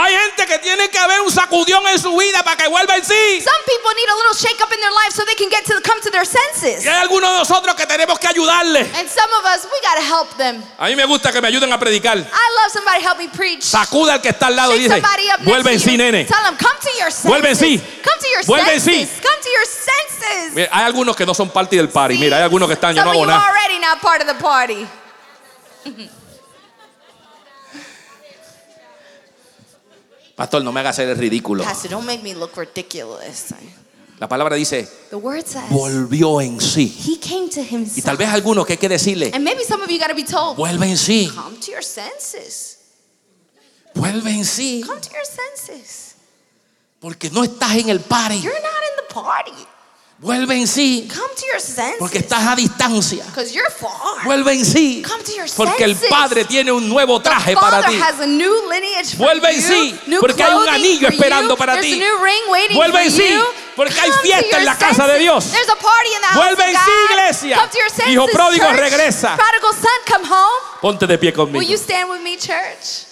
Hay gente que tiene que haber un sacudión en su vida para que vuelva en sí.
Some people need a little shake up in their life so they can get to come to their senses.
Y hay algunos de nosotros que tenemos que ayudarle.
And some of us, we gotta help them.
A mí me gusta que me ayuden a predicar.
I love somebody help me preach.
Sacuda al que está al lado y
Shake
dice,
somebody up
Oh, vuelve en
next to
sí,
you.
nene.
Tell them, come to your senses.
Vuelve en sí.
Come to your
Vuelve en sí.
senses. Come to your senses.
Mira, hay algunos que no son parte del party. Mira, hay algunos que están, yo
Some
no
of
hago
you
nada.
already not part of the party.
Pastor, no me haga hacer el ridículo.
Pastor, don't make me look ridiculous.
La palabra dice,
The word says,
volvió en sí.
he came to
Y
himself.
tal vez algunos que hay que decirle,
And maybe some of you gotta be told,
vuelve en sí,
come to your senses.
vuelve en sí.
Come to your senses.
Porque no estás en el party.
You're not in the party.
Vuelve en sí,
Come to your
porque
senses.
estás a distancia.
Because you're far.
Vuelve en sí.
Come to your
Porque el
senses.
Padre tiene un nuevo traje
The
para
Father
ti.
has a new lineage for
Vuelve en
you,
sí,
new
porque hay un
clothing
anillo
for
esperando
you,
para
there's
ti.
a new ring waiting
Vuelve
for
en sí,
you.
porque hay
Come to
fiesta en
your
la casa de
senses.
Dios.
There's a party in the house
Vuelve
of
en sí,
God.
iglesia.
Come to your senses,
Hijo pródigo,
church.
regresa.
Prodigal son, come home.
Ponte de pie conmigo.
Will you stand with me, church?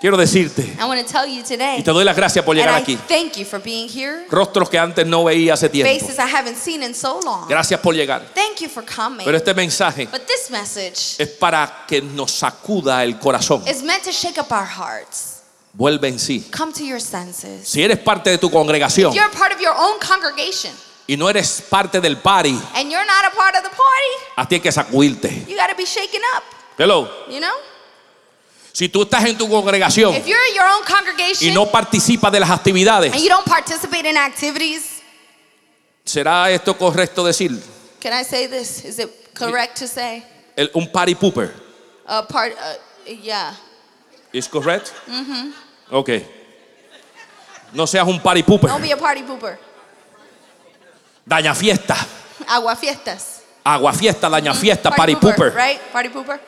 Quiero decirte,
I want to tell you
y
today.
te doy las gracias por
And
llegar
I
aquí.
thank you for being here.
Rostros que antes no veía hace tiempo.
Faces I haven't seen in so long.
Gracias por llegar.
Thank you for coming.
Pero este mensaje
But this message
es para que nos sacuda el corazón.
is meant to shake up our hearts.
Vuelve en sí.
Come to your senses.
Si eres parte de tu congregación
You're a part of your own congregation
y no eres parte del party,
and you're not a part of the party.
a ti hay que sacudirte.
You got to be shaken up,
Hello.
you know?
Si tú estás en tu congregación
If you're in your own
y
congregation
no participas de las actividades,
and you don't participate in activities,
¿Será esto correcto decir
can I say this? Is it correct to say
el- un party pooper?
a part? Uh, yeah.
¿Es correcto? Ok. No seas un party pooper.
Don't be a party pooper.
Daña fiesta.
Agua fiestas.
Agua fiesta, daña fiesta, party pooper.
Right? Mm, Party pooper.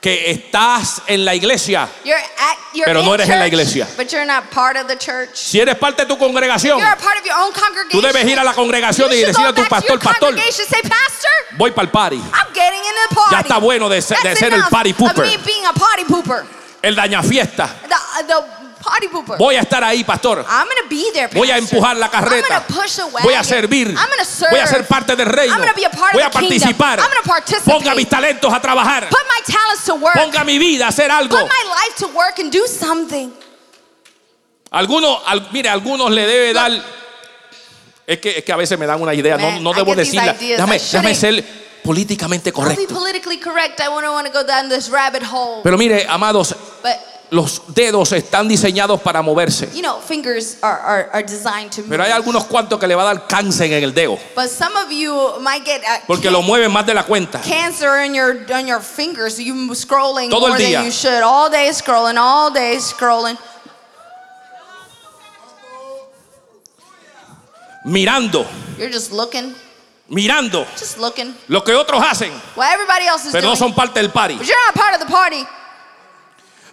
Que estás en la iglesia.
You're at. You're
Pero
in
no eres
church,
en la iglesia.
But you're not part of the church.
Si eres parte de tu congregación,
You're a part of your own congregation.
tú debes ir a la
You
congregación y
should
decirle a tu
go back to
pastor,
your
pastor,
congregation. Say, pastor,
voy para el party.
I'm getting into the party.
Ya está bueno de ser, de
That's
ser el
enough
party
Of me
pooper.
being a party pooper.
El daña fiesta.
The, the party pooper.
Voy a estar ahí, pastor.
I'm gonna be there,
Voy a
Pastor.
empujar la
I'm
carreta.
gonna push a wagon.
Voy a servir.
I'm gonna serve.
Voy a ser parte del reino.
I'm gonna be a part of
Voy a
the kingdom.
participar.
I'm gonna participate.
Ponga mis talentos a trabajar.
Put my talents to work.
Ponga mi vida a hacer algo.
Put my life to work and do something.
Algunos, al- mire, algunos le debe dar. Es que, es que a veces me dan una idea, no,
Man,
no
I
debo
get these
decirla.
ideas,
Déjame,
I shouldn't.
déjame ser políticamente
I'll be
correcto.
politically correct. I wouldn't want to go down this rabbit hole.
Pero mire, amados,
But
los dedos están diseñados para moverse.
You know, fingers are, are, are designed to move.
Pero hay algunos cuantos que le va a dar cáncer en el dedo.
But some of you might get uh,
Porque lo mueven más de la cuenta.
cancer in your on your fingers. You m- scrolling
Todo el
more
día.
than you should. All day scrolling. All day scrolling.
Mirando,
You're just looking,
mirando
just looking.
lo que otros hacen,
What everybody else is
pero no
doing.
son parte del party.
but you're not part of the party.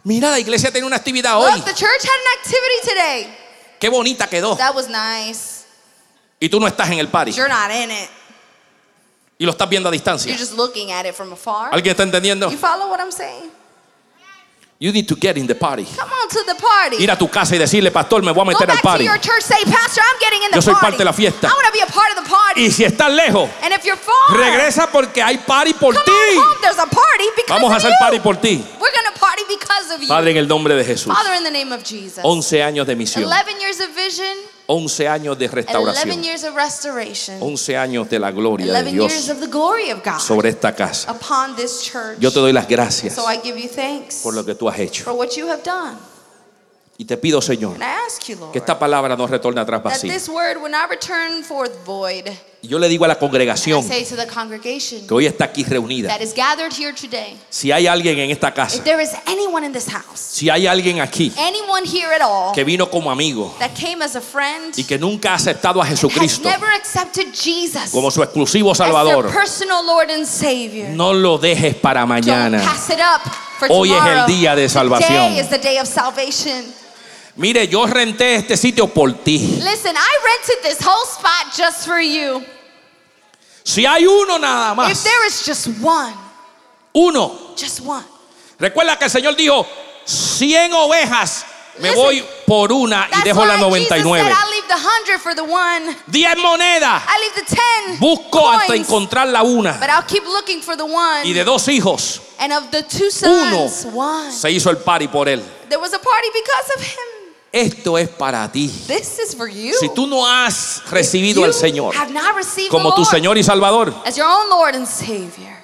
Mira, la iglesia tiene una actividad hoy.
Look, the church had an activity today.
Qué bonita quedó.
That was nice.
Y tú no estás en el party.
You're not in it.
Y lo estás viendo a
You're
distancia.
just looking at it from afar.
¿Alguien está entendiendo?
You follow what I'm saying?
You need to get in the party.
Come on to the party.
Ir a tu casa y decirle, pastor, me voy a
Go
meter al
back to
party.
your church. Say, Pastor, I'm getting in the
Yo soy
party.
parte de la fiesta."
I want to be a part of the party.
Y si estás lejos,
and if you're far,
regresa porque hay party por
come
ti.
on home. There's a party because
Vamos a
of
hacer
you.
party por ti.
We're gonna party because of you.
Padre, en el nombre de Jesús.
Father, in the name of Jesus.
11 años de misión.
11 years of vision,
11 años de
11
restauración.
years of restoration,
11 años de la gloria de
11 years
Dios
of the glory of God
sobre esta casa.
upon this church.
Yo te doy las gracias
So I give you thanks
por lo que tú has hecho.
for what you have done.
Y te pido, Señor,
And I ask you, Lord,
que esta palabra no retorne atrás
that
vacía.
this word will not return forth void.
Y Yo le digo a la
And I
congregación
say to the congregation
que hoy está aquí reunida.
that Este is gathered here today,
Si hay alguien en esta casa,
if there is anyone in this house,
si hay alguien aquí
anyone here at all
que vino como amigo
that came as a friend
y que nunca ha aceptado a
and has
Jesucristo
never accepted Jesus
como su exclusivo
as
Salvador,
their personal Lord and Savior,
no lo dejes para
Don't
mañana.
pass it up for
Hoy es el
tomorrow.
día de salvación.
Today is the day of salvation.
Mire, yo renté este sitio por ti.
Listen, I rented this whole spot just for you.
Si hay uno nada
If
más,
there is just one,
uno.
just one.
Recuerda que el Señor dijo, 100 ovejas, me
Listen,
voy por una y
That's
dejo
why
la
Jesus
99.
said, I leave the hundred for the one.
10 monedas,
I leave the ten.
busco hasta
coins,
encontrar la una.
But I'll keep looking for the one.
Y de dos hijos
and of the two sons, one.
se hizo el party por él.
There was a party because of him.
Esto es para ti.
This is for you.
Si tú no has
you
recibido al Señor
have not received the
como tu
Lord
Señor y Salvador,
as your own Lord and Savior.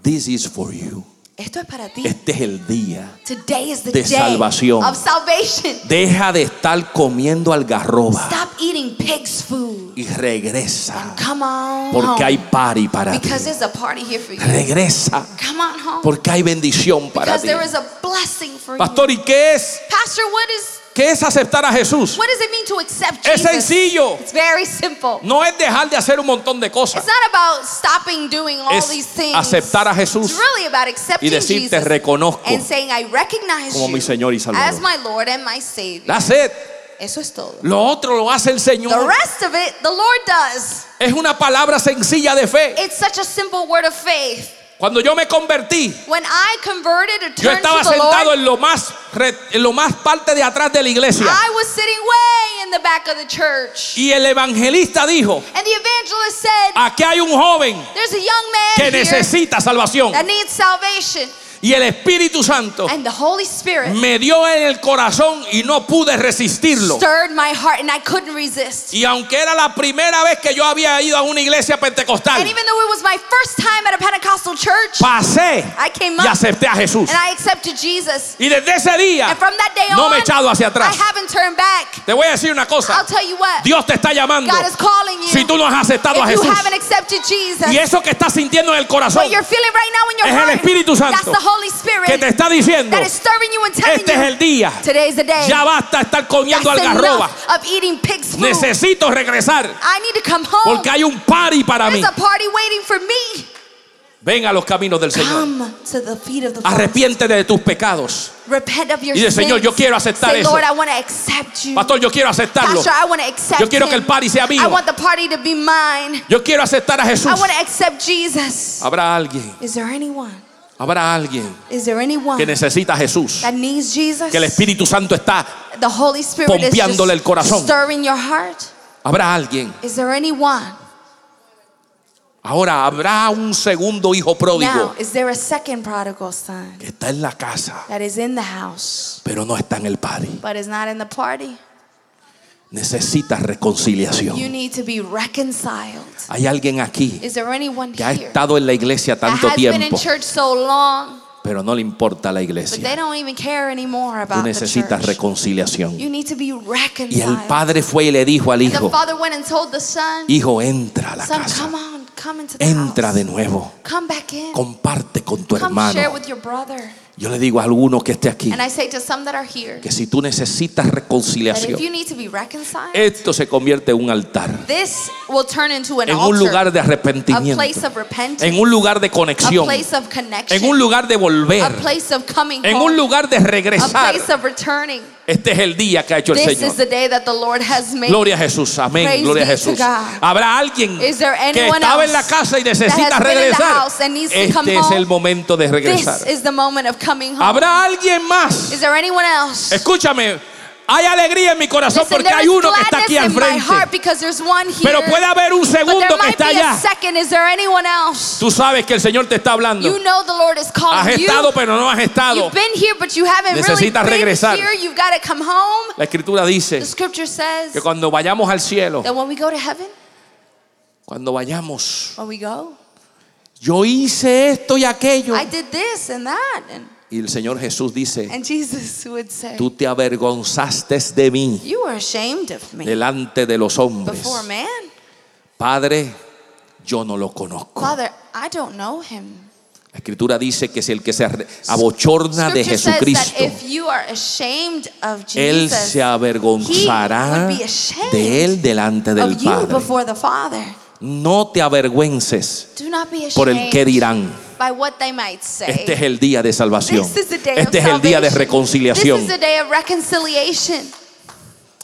this is for you.
Esto es para ti.
Este es el día.
Today is the
de
day
salvación.
of salvation.
Deja de estar comiendo algarroba
Stop eating pig's food.
y regresa
Come on
porque hay
home.
party para ti.
Because there's a party here for you.
Regresa
Come on home.
porque hay bendición para
because
ti.
there is a blessing for
Pastor, ¿y qué es?
you. Pastor, what is
¿Qué es aceptar a Jesús?
what does it mean to accept
Es
Jesus?
sencillo.
It's very simple.
No es dejar de hacer un montón de cosas.
It's not about stopping doing all these
Es
things.
aceptar a Jesús
It's really about accepting
y decir, te
Jesus
reconozco
and saying I recognize
como
you
mi Señor y
as
Salvador.
my Lord and my Savior.
La sed.
Eso es todo.
Lo otro lo hace el
The
Señor.
rest of it, the Lord does.
Es una palabra sencilla de fe.
It's such a simple word of faith.
Cuando yo me convertí,
When I converted or
yo
turned to
estaba
the
sentado
Lord,
en lo más re- en lo más parte de atrás de la iglesia
I was sitting way in the back of the church.
y el evangelista dijo,
And the evangelist said,
"Aquí hay un joven
There's a young
que
man here
necesita salvación."
that needs salvation.
Y el Espíritu Santo
And the Holy Spirit
me dio en el corazón y no pude resistirlo.
stirred my heart, and I couldn't resist.
Y aunque era la primera vez que yo había ido a una iglesia
And
pentecostal,
even though it was my first time at a Pentecostal church,
pasé
I came
y
up and
acepté a Jesús.
I accepted Jesus.
Y desde ese día
And from that day
no
on,
me he echado hacia
I
atrás.
haven't turned back.
Te voy a decir una
I'll
cosa,
tell you what,
Dios te está llamando.
God is calling you.
Si tú no has aceptado a
if you
Jesús,
haven't accepted Jesus,
Y eso que estás sintiendo en el corazón
what you're feeling right now in your
es el
heart,
Espíritu
that's
Santo
the Holy Spirit.
que te está diciendo,
that is stirring you and telling
este es
you
el día,
today's the day.
ya basta estar comiendo
That's
algarroba,
enough of eating pig's food.
necesito regresar
I need to come home.
porque hay un party para mí.
There's a party waiting for me.
Ven a los caminos del Señor,
Come to the feet of the Lord.
arrepiéntete de tus pecados.
Repent of your
Y dice,
sins.
"Señor, yo quiero aceptar
Say,
eso.
Lord, I want to accept you.
Pastor, yo quiero aceptarlo,
Pastor, I want to accept
yo quiero que
him.
el party sea
I
mío,
want the party to be mine.
yo quiero aceptar a Jesús.
I want to accept Jesus.
Habrá alguien,
Is there anyone?
habrá alguien
Is there anyone
que necesita a Jesús,
that needs Jesus?
que el Espíritu Santo está,
the Holy Spirit is just
pompeándole el corazón.
stirring your heart.
habrá alguien.
Is there anyone?
Ahora habrá un segundo hijo
Now,
pródigo
is there a second prodigal son
que está en la casa.
that is in the house
pero no está en el party.
but is not in the party?
Necesitas reconciliación.
You need to be reconciled.
Hay alguien aquí
Is there anyone
que ha
here
estado en la iglesia
that
tanto
has been in
tiempo,
church so long
pero no le importa a la
But
iglesia.
they don't even care anymore
Tú
about the
necesitas
church.
reconciliación.
You need to be
Y el
reconciled.
padre fue y le dijo al
And the
hijo,
father went and told the son,
hijo, entra a la
son, come
casa,
on, come into the
entra
house.
de nuevo,
Come back in.
comparte con tu
Come share
hermano.
with your brother.
Yo le digo a alguno que esté aquí,
And I say to some that are here,
que si tú necesitas
that if
reconciliación,
you need to be reconciled,
esto se convierte en un altar,
this will turn into an
en un
altar,
lugar de
a
arrepentimiento,
place of repentance,
en un lugar de
a
conexión,
place
en
of
un
connection,
lugar de
a
volver,
place of coming
en un
home,
lugar de
a
regresar.
place of returning.
Este es el día que ha hecho el
This is
Señor.
the day that the Lord has made.
Gloria a Jesús, amén,
Praise
gloria a
be to
Jesús.
God.
Habrá alguien
Is there
que
anyone
estaba en la
else
casa y
that has
necesita
been in the
regresar.
house and needs to come
Este es
home?
el momento de regresar.
This is the moment of coming home.
Habrá alguien más.
Is there anyone else?
Escúchame, hay alegría en mi corazón
Listen,
porque
there
hay
is
uno que está aquí al
gladness in my
frente.
heart because there's one here.
Pero puede haber un
but
segundo
there
que
might
está
be a
allá.
second. Is there anyone else?
Tú sabes que el Señor te está hablando.
You know the Lord is
Has
calling you.
estado, pero no has estado.
You've been here, but you haven't really
Necesitas
been
regresar.
here. You've got to come home.
La Escritura
The
dice
scripture says
que cuando vayamos al cielo,
that when we go to heaven,
cuando vayamos,
when we go,
yo hice esto y aquello.
I did this and that. And,
Y el Señor Jesús dice,
and Jesus would say,
Tú te avergonzaste de mí
You were ashamed of me
delante de los hombres.
before man.
Padre, yo no lo conozco.
Father, I don't know him.
La escritura dice que si el que se arre- abochorna de
Scripture says that
Jesucristo,
if you are ashamed of
él
Jesus,
se avergonzará
he would be ashamed
de él delante del
of you
Padre.
before the Father.
No te avergüences
Do not be ashamed
por el que dirán.
by what they might say.
Este es el día de salvación.
This is the day of
Este es el día de
salvation.
reconciliación.
This is the day of reconciliation.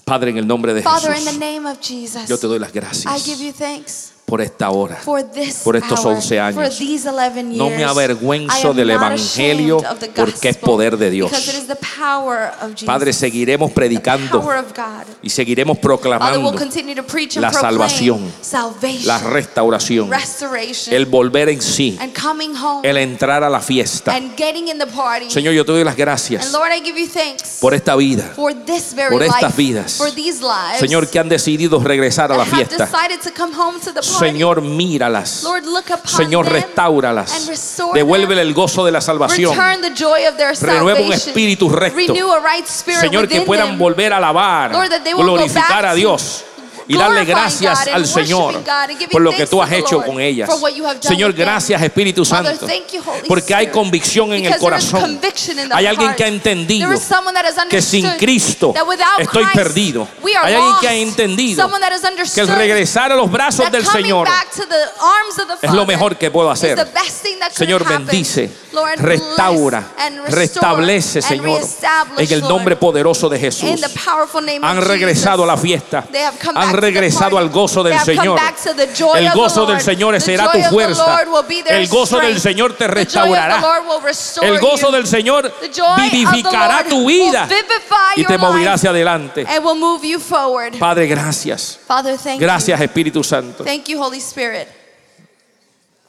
Padre, en el nombre de
Father, in the
Jesús,
name of Jesus,
yo te doy las
I
gracias
give you thanks
por esta hora.
for this
Por estos
hour,
11 años.
for these 11 years.
No me
I
avergüenzo
am
del
not
Evangelio
ashamed of the
porque es
gospel,
poder de Dios.
Because it is the power of Jesus,
Padre, seguiremos
the
predicando
power of God.
y seguiremos
Father, we'll
proclamando
continue to preach and
la
proclaim
salvación,
salvation,
la restauración,
restoration,
el volver en sí,
and coming home,
el entrar a la fiesta.
and getting in the party.
Señor, yo te doy las
and
gracias
Lord, I give you thanks
por esta vida.
for this very
por estas
life,
vidas.
for these lives.
Señor, que han decidido regresar a la
that have
fiesta.
decided to come home to the party.
Señor, míralas.
Lord, look upon
Señor,
them
restáuralas.
and restore
Devuélvele
them.
el gozo de la salvación.
Return the joy of their
Renueva un
salvation.
espíritu recto.
Renew a right spirit
Señor, que
within
puedan
them.
volver a alabar,
Lord, that they will go
glorificar
back
a
to
Dios y darle
glorifying
gracias
God and
al
worshiping
Señor
God and giving
por lo que
thanks
tú
to
has
the
hecho
Lord
con ellas.
for what you have done
Señor,
with them.
gracias Espíritu
Father,
Santo,
thank you, Holy
porque hay
Spirit,
convicción en el
because there is
corazón.
conviction in the
Hay alguien
heart.
que ha entendido
There is someone that has
que sin
understood
Cristo
that without
estoy
Christ,
perdido.
we are
Hay alguien que ha
lost.
entendido
Someone that has
que el
understood
regresar a los brazos
that
del
coming
Señor
back to the arms of the
es lo
Father
mejor que puedo
is
hacer.
the best thing that could
Señor,
happen.
bendice,
Lord,
restaura,
bless and restore
restablece,
and
Señor,
reestablish,
en el
Lord,
nombre poderoso de
in
Jesús.
the powerful name
Han
of
regresado a
Jesus.
la fiesta.
They have come
Han
back to the
regresado
party.
al gozo del
They have come
Señor.
back to the joy
El
of the
gozo del
Lord.
Señor
The
será
joy
tu
of the
fuerza.
Lord will be their
El gozo del
strength.
Señor te
The joy of the
restaurará.
Lord will restore
El gozo
you.
del Señor
The joy of the
vivificará
Lord
tu
will
vida
vivify
y te
your
moverá
life.
hacia adelante.
and will move you forward.
Padre, gracias.
Father, thank
Gracias,
you.
Espíritu Santo.
Thank you, Holy Spirit.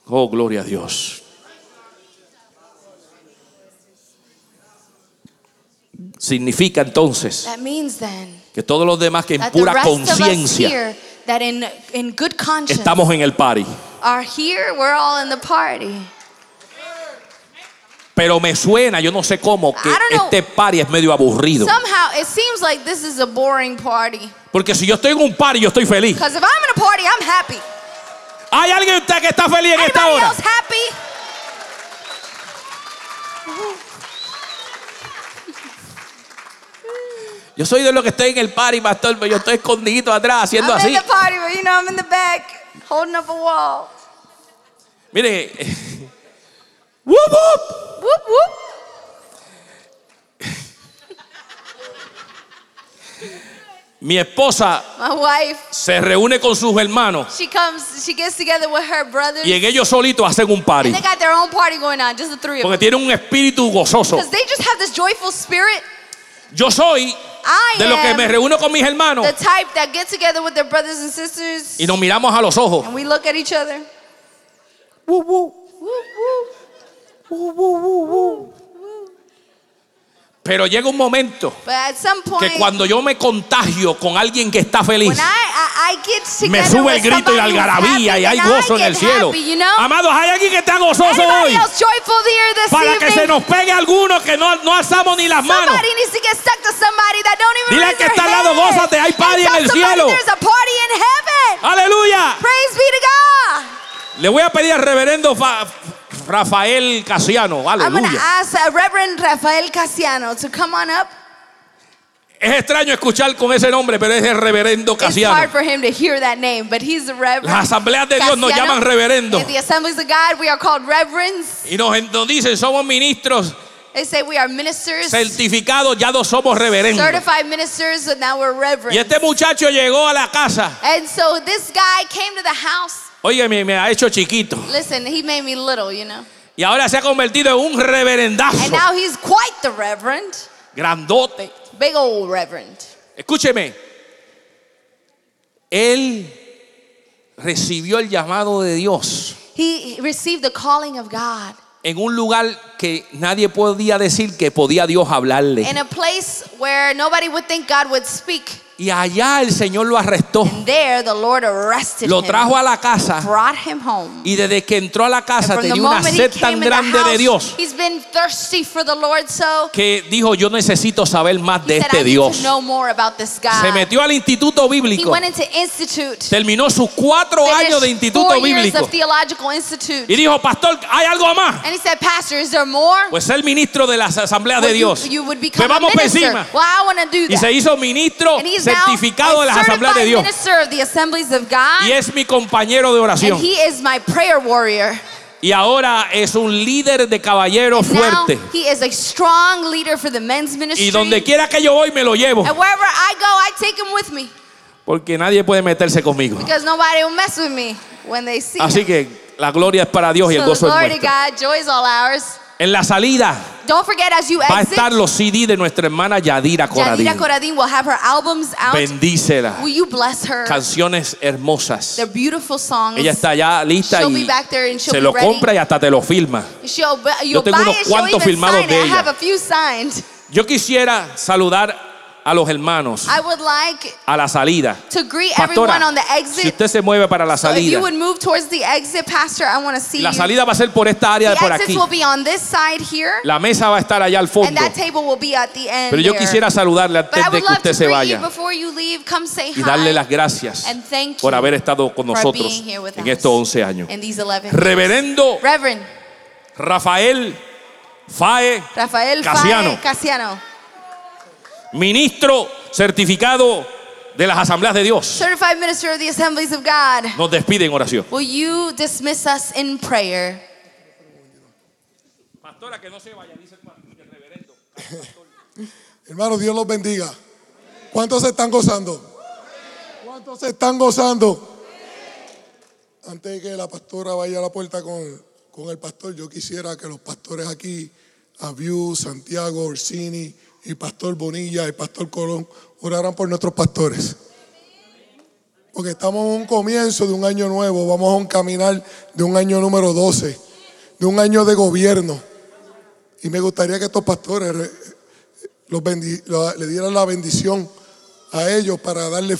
Oh, gloria a Dios. Significa entonces
That means then
que todos los demás que en
that the
pura
rest of us
conciencia
here that in in good conscience
estamos en el party.
are here, we're all in the party.
Pero me suena, yo no sé cómo, que
I don't know.
este party es medio aburrido.
Somehow it seems like this is a boring party.
Porque si yo estoy en un party, yo estoy feliz.
Because if I'm in a party, I'm happy.
¿Hay alguien de usted que está feliz en esta
Anybody
hora?
else happy?
Yo soy de los que estoy en el party, pastor, pero yo estoy escondidito atrás haciendo
I'm in
así.
the party, but you know, I'm in the back holding up a wall.
Mire, *laughs* whoop, whoop.
Whoop, whoop.
mi esposa
My wife,
se reúne con sus hermanos
she comes, she gets together with her brothers.
y en ellos solitos hacen un party.
And they got their own party going on, just the three of
Porque
them.
tienen un espíritu gozoso.
Because they just have this joyful spirit.
Yo soy
I
de los que
am
me reúno con mis hermanos
the type that get together with their brothers and sisters
y nos miramos a los ojos.
and we look at each other.
Woo, woo,
Whoop, whoop.
woo, woo, woo, woo. Pero llega un momento
But at some point,
que cuando yo me contagio con alguien que está feliz,
when I, I, I get together
me sube el
with
grito y la
somebody who's
algarabía
happy,
y hay
then I
gozo en
get
el cielo.
happy, you know?
Amados, hay alguien que está gozoso hoy.
Anybody else joyful here this
Para que
evening?
se nos pegue alguno que no, no alzamos ni las manos.
Somebody needs to get stuck to somebody that don't even
Dile al
raise
que
their
está al lado,
hand.
"Gózate, hay
And
party en
tell
el
somebody
cielo."
There's a party in heaven.
Aleluya.
Praise be to God.
Le voy a pedir al reverendo Fa- Rafael Casiano.
I'm going to
Aleluya.
ask uh, Reverend Rafael Casiano to come on up.
Es extraño escuchar con ese nombre, pero es el reverendo
It's hard
Casiano.
for him to hear that name, but he's a reverend.
Las asambleas de Dios nos
Casiano.
llaman reverendo.
In the assemblies of God, we are called reverends.
Y nos, nos dicen, somos ministros
They say we are ministers,
certificados, ya no somos reverendos.
certified ministers, and now we're reverends.
Y este muchacho llegó a la casa.
And so this guy came to the house.
Oye, me, me ha hecho chiquito.
Listen, he made me little, you know.
Y ahora se ha convertido en un
And
reverendazo.
now he's quite the reverend.
Grandote.
Big old reverend.
Escúcheme. Él recibió el llamado de Dios
He received the calling of God
en un lugar que nadie podía decir que podía Dios hablarle.
in a place where nobody would think God would speak.
Y allá el Señor lo arrestó,
And there the Lord arrested
Oh. lo
him,
trajo a la casa
brought him home.
y desde que entró a la casa
From the
tenía una
moment he
sed tan
came in the
grande de
house,
Dios
he's been thirsty for the Lord, so
que dijo, yo necesito saber más
he
de
said, I
este
need
Dios.
to know more about this God.
Se metió al instituto
he
bíblico,
went into institute,
terminó sus cuatro años de
finished
instituto
four years
bíblico
of theological institute.
y dijo, pastor, ¿hay algo más?
and he said, Pastor, is there more?
Pues ser ministro de las asambleas
Well,
de
you-
Dios.
You, would
Pues
become a
vamos por
minister.
encima.
Well, I want to do
Y
that.
se hizo *laughs* ministro
And he's
certificado
now
de
a
las asambleas de Dios.
certified minister of the assemblies of God.
Y es mi compañero de
and
oración.
he is my prayer warrior.
Y ahora es un líder de caballeros fuerte.
Now he is a strong leader for the men's ministry.
Y donde quiera que yo voy me lo llevo.
and wherever I go, I take him with me
Porque nadie puede meterse conmigo.
because nobody will mess with me when they see
Así
him.
que la gloria es para Dios y el
so
gozo es
glory to
nuestro.
God, joy is all ours.
En la salida
Don't forget as you
va a
exit,
estar los CD de nuestra hermana Yadira Coradín.
Yadira Coradin will have her albums out.
Bendícela.
will you bless her?
Canciones hermosas.
They're beautiful songs.
Ella está ya lista
She'll be
y
back there and she'll
se
be
lo
ready.
compra y hasta te lo firma.
She'll, bu- you'll
tengo
buy
unos
it, she'll
cuantos
even
filmados
sign it.
de
I
ella.
have a few signed.
Yo quisiera saludar a los hermanos
I would like
a la salida.
to greet
Pastora,
everyone on the
si
exit.
usted se mueve para la
So if
salida,
you would move towards the exit, Pastor, I want to see
la
you.
salida va a ser por esta área de
The
por
exits
aquí.
will be on this side here,
La mesa va a estar allá al
and
fondo.
that table will be at the end.
Pero yo
there.
quisiera saludarle
but
antes
I
de
would
que
love
usted
to
se
greet
vaya
you before you leave. Come say
y
hi
darle las gracias
and thank
por
you
haber estado con
for
nosotros
being here with
en
us
estos 11 años.
in these 11 years.
Reverendo
Reverend
Rafael Fae,
Rafael
Casiano.
Fae Casiano,
ministro certificado de las asambleas de Dios,
certified minister of the Assemblies of God.
nos despide en oración.
Will you dismiss us in prayer?
Pastora, que no se vaya, dice el reverendo.
Hermanos, Dios los bendiga. ¿Cuántos se están gozando? ¿Cuántos se están gozando? Antes de que la pastora vaya a la puerta con, con el pastor, yo quisiera que los pastores aquí, Aviu, Santiago, Orsini, y Pastor Bonilla, y Pastor Colón, oraran por nuestros pastores. Porque estamos en un comienzo de un año nuevo, vamos a un caminar de un año número 12, de un año de gobierno. Y me gustaría que estos pastores eh, los bendi- la- le dieran la bendición a ellos para darle